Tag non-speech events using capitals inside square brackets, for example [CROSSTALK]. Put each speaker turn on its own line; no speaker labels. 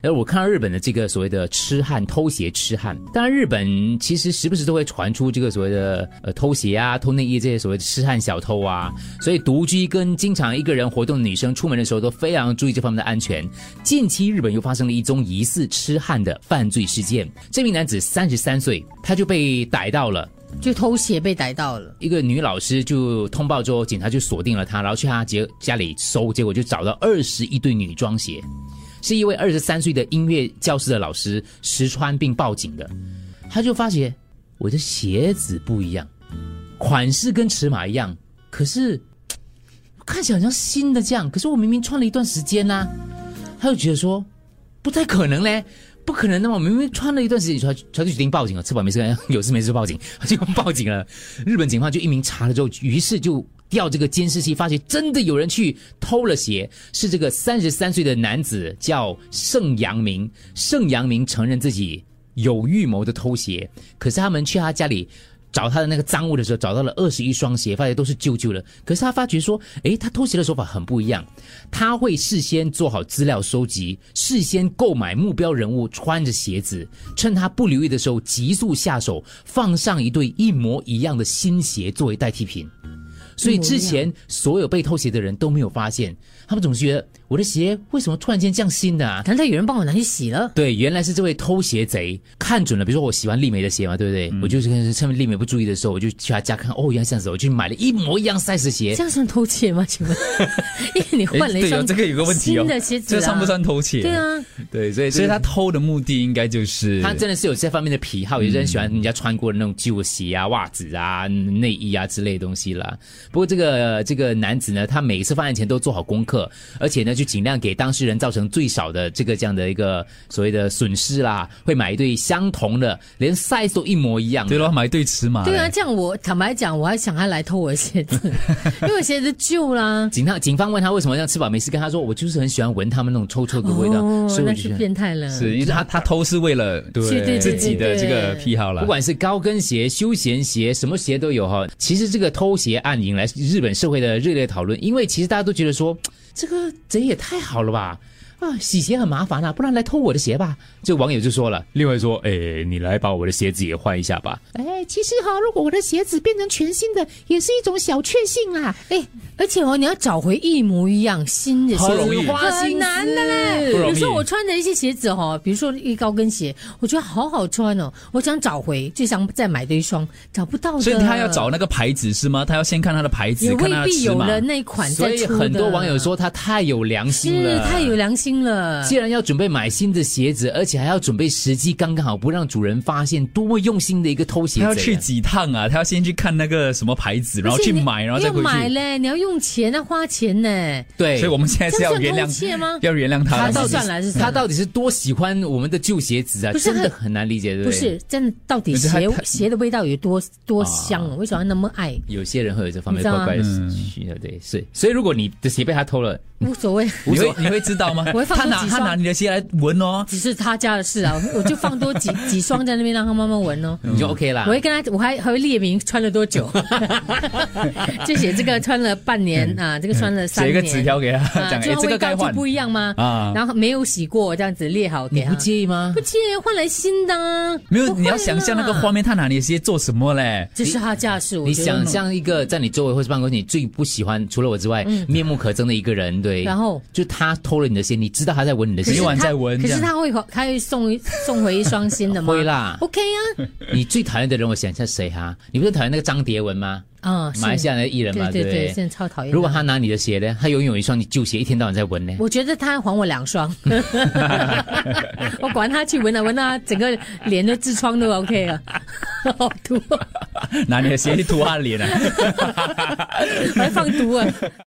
而我看到日本的这个所谓的痴汉、偷鞋痴汉，当然日本其实时不时都会传出这个所谓的呃偷鞋啊、偷内衣这些所谓的痴汉小偷啊，所以独居跟经常一个人活动的女生出门的时候都非常注意这方面的安全。近期日本又发生了一宗疑似痴汉的犯罪事件，这名男子三十三岁，他就被逮到了。
就偷鞋被逮到了。
一个女老师就通报之后，警察就锁定了她，然后去她结家里搜，结果就找到二十一对女装鞋，是一位二十三岁的音乐教室的老师实穿并报警的。他就发觉我的鞋子不一样，款式跟尺码一样，可是看起来好像新的这样，可是我明明穿了一段时间啦、他就觉得说不太可能嘞。不可能的嘛！我明明穿了一段时间，他他就决定报警了。吃饱没事 [LAUGHS] 干，有事没事报警，他就报警了。日本警方就一名查了之后，于是就调这个监视器，发现真的有人去偷了鞋，是这个三十三岁的男子叫盛阳明。盛阳明承认自己有预谋的偷鞋，可是他们去他家里。找他的那个赃物的时候，找到了二十一双鞋，发现都是旧旧的。可是他发觉说，诶，他偷鞋的手法很不一样，他会事先做好资料收集，事先购买目标人物穿着鞋子，趁他不留意的时候急速下手，放上一对一模一样的新鞋作为代替品。所以之前所有被偷鞋的人都没有发现，他们总觉得我的鞋为什么突然间这样新的啊？
难道有人帮我拿去洗了？
对，原来是这位偷鞋贼看准了，比如说我喜欢丽梅的鞋嘛，对不对？我就是趁丽梅不注意的时候，我就去她家看，哦，原来这样子，我就买了一模一样 size 的鞋
这。样算偷窃吗？
[LAUGHS]
请问，因为你换了一
哎对
双
哦，这个有个问题哦，
新的鞋子、啊，
这算不？算偷窃？
对，啊，
对，所以所以他偷的目的应该就是
他真的是有这方面的癖好，有些人喜欢人家穿过的那种旧鞋啊、袜子啊、内衣啊之类的东西啦。不过这个这个男子呢，他每一次犯案前都做好功课，而且呢，就尽量给当事人造成最少的这个这样的一个所谓的损失啦，会买一对相同的，连 size 都一模一样的。
对咯，买对尺码。
对啊，，这样我坦白讲，我还想他来偷我的鞋
[LAUGHS]
子，因为我鞋子旧啦。
警探警方问他为什么要吃饱没事干，他说我就是很喜欢闻他们那种臭臭的味道，
哦，
所以我
那
就是觉得。
变态了。
是因为他他偷是为了
对对对
自己的这个癖好了。
不管是高跟鞋、休闲鞋，什么鞋都有哈。其实这个偷鞋案引来日本社会的热烈讨论，因为其实大家都觉得说，这个贼也太好了吧。啊，洗鞋很麻烦啊，不然来偷我的鞋吧。这网友就说了，另外说，哎，你来把我的鞋子也换一下吧。
哎，其实哈，如果我的鞋子变成全新的，也是一种小确幸啊啦。
哎，而且哦，你要找回一模一样新的鞋
好
子，
容易
花心思
很难的嘞。
不容易
有时候我穿的一些鞋子哦，比如说一高跟鞋，我觉得好好穿哦，我想找回，就想再买的一双，找不到的。
所以他要找那个牌子是吗？他要先看他的牌
也
子，
未
看他的
必
尺
有
码。
人那款
所
再
以
出的。
很多网友说他太有良心
是
了，
太有良心了。
既然要准备买新的鞋子，而且还要准备时机刚刚好，不让主人发现，多么用心的一个偷鞋贼、
他要
啊！
去几趟啊？他要先去看那个什么牌子，然后
而且
去
你
买，然后再
要
回
买
去。
嘞，你要用钱，要花钱呢。
对，
所以我们现在是要原
这样算偷窃吗
谅，要原谅他
他
了。
到
那
底
是算了还是算了
他到底是多喜欢我们的旧鞋子啊？
不是
真的
他
很难理解，对
不
对？
是，真的，到底
可是他
鞋
他
鞋的味道有多
啊
多香哦？为什么那么
[LAUGHS]
爱？
有些人会有这方面
你知道
怪
吗
怪的需求，对，是。所以如果你的鞋被他偷了，
无所谓，
你会你会知道吗？
我会放
他
多
拿
几
他
双
拿你的鞋来闻哦，
只是他家的事
[LAUGHS]
啊，我就放多几几双在那边让他慢慢闻哦。
嗯
你就 OK 啦
我。会跟他，我还还会列明穿了多
[LAUGHS]
久，就写这个穿了半年啊，这个穿了三
嗯写一
年，
个纸条给他，
啊，
讲
这
哎
样
这
味
个该
道就
换
不一样吗？
啊。
然后没有洗过这样子列好给
你
他，
不介意吗
不？介意换来新的啊，
没有，
不会
你要想象那个
啦
画面，他拿你的鞋做什么嘞？
这是他架势，我
你
觉得
想象一个在你周围或是办公室，你最不喜欢除了我之外面目可憎的一个人，对。
嗯然后
就他偷了你的鞋，你知道他在闻你的
可是
鞋
每，
他
晚在闻
可
这
是
样
他会他会送一送回一双新的吗？
会啦 [LAUGHS]
OK 啊， [LAUGHS]
你最讨厌的人，我想一下谁哈、你不是讨厌那个张蝶文吗？
啊，是
马来西亚的艺人嘛，
对对
不
对，现在超讨厌的。
如果他拿你的鞋呢，他拥有一双你旧鞋，一天到晚在闻呢。
我觉得他还我
[LAUGHS]
两双， [LAUGHS] 我管他去闻啊闻啊，整个脸的痔疮都 OK 了， [LAUGHS] 好毒、哦，
拿你的鞋去涂他的脸啊！
还放毒啊！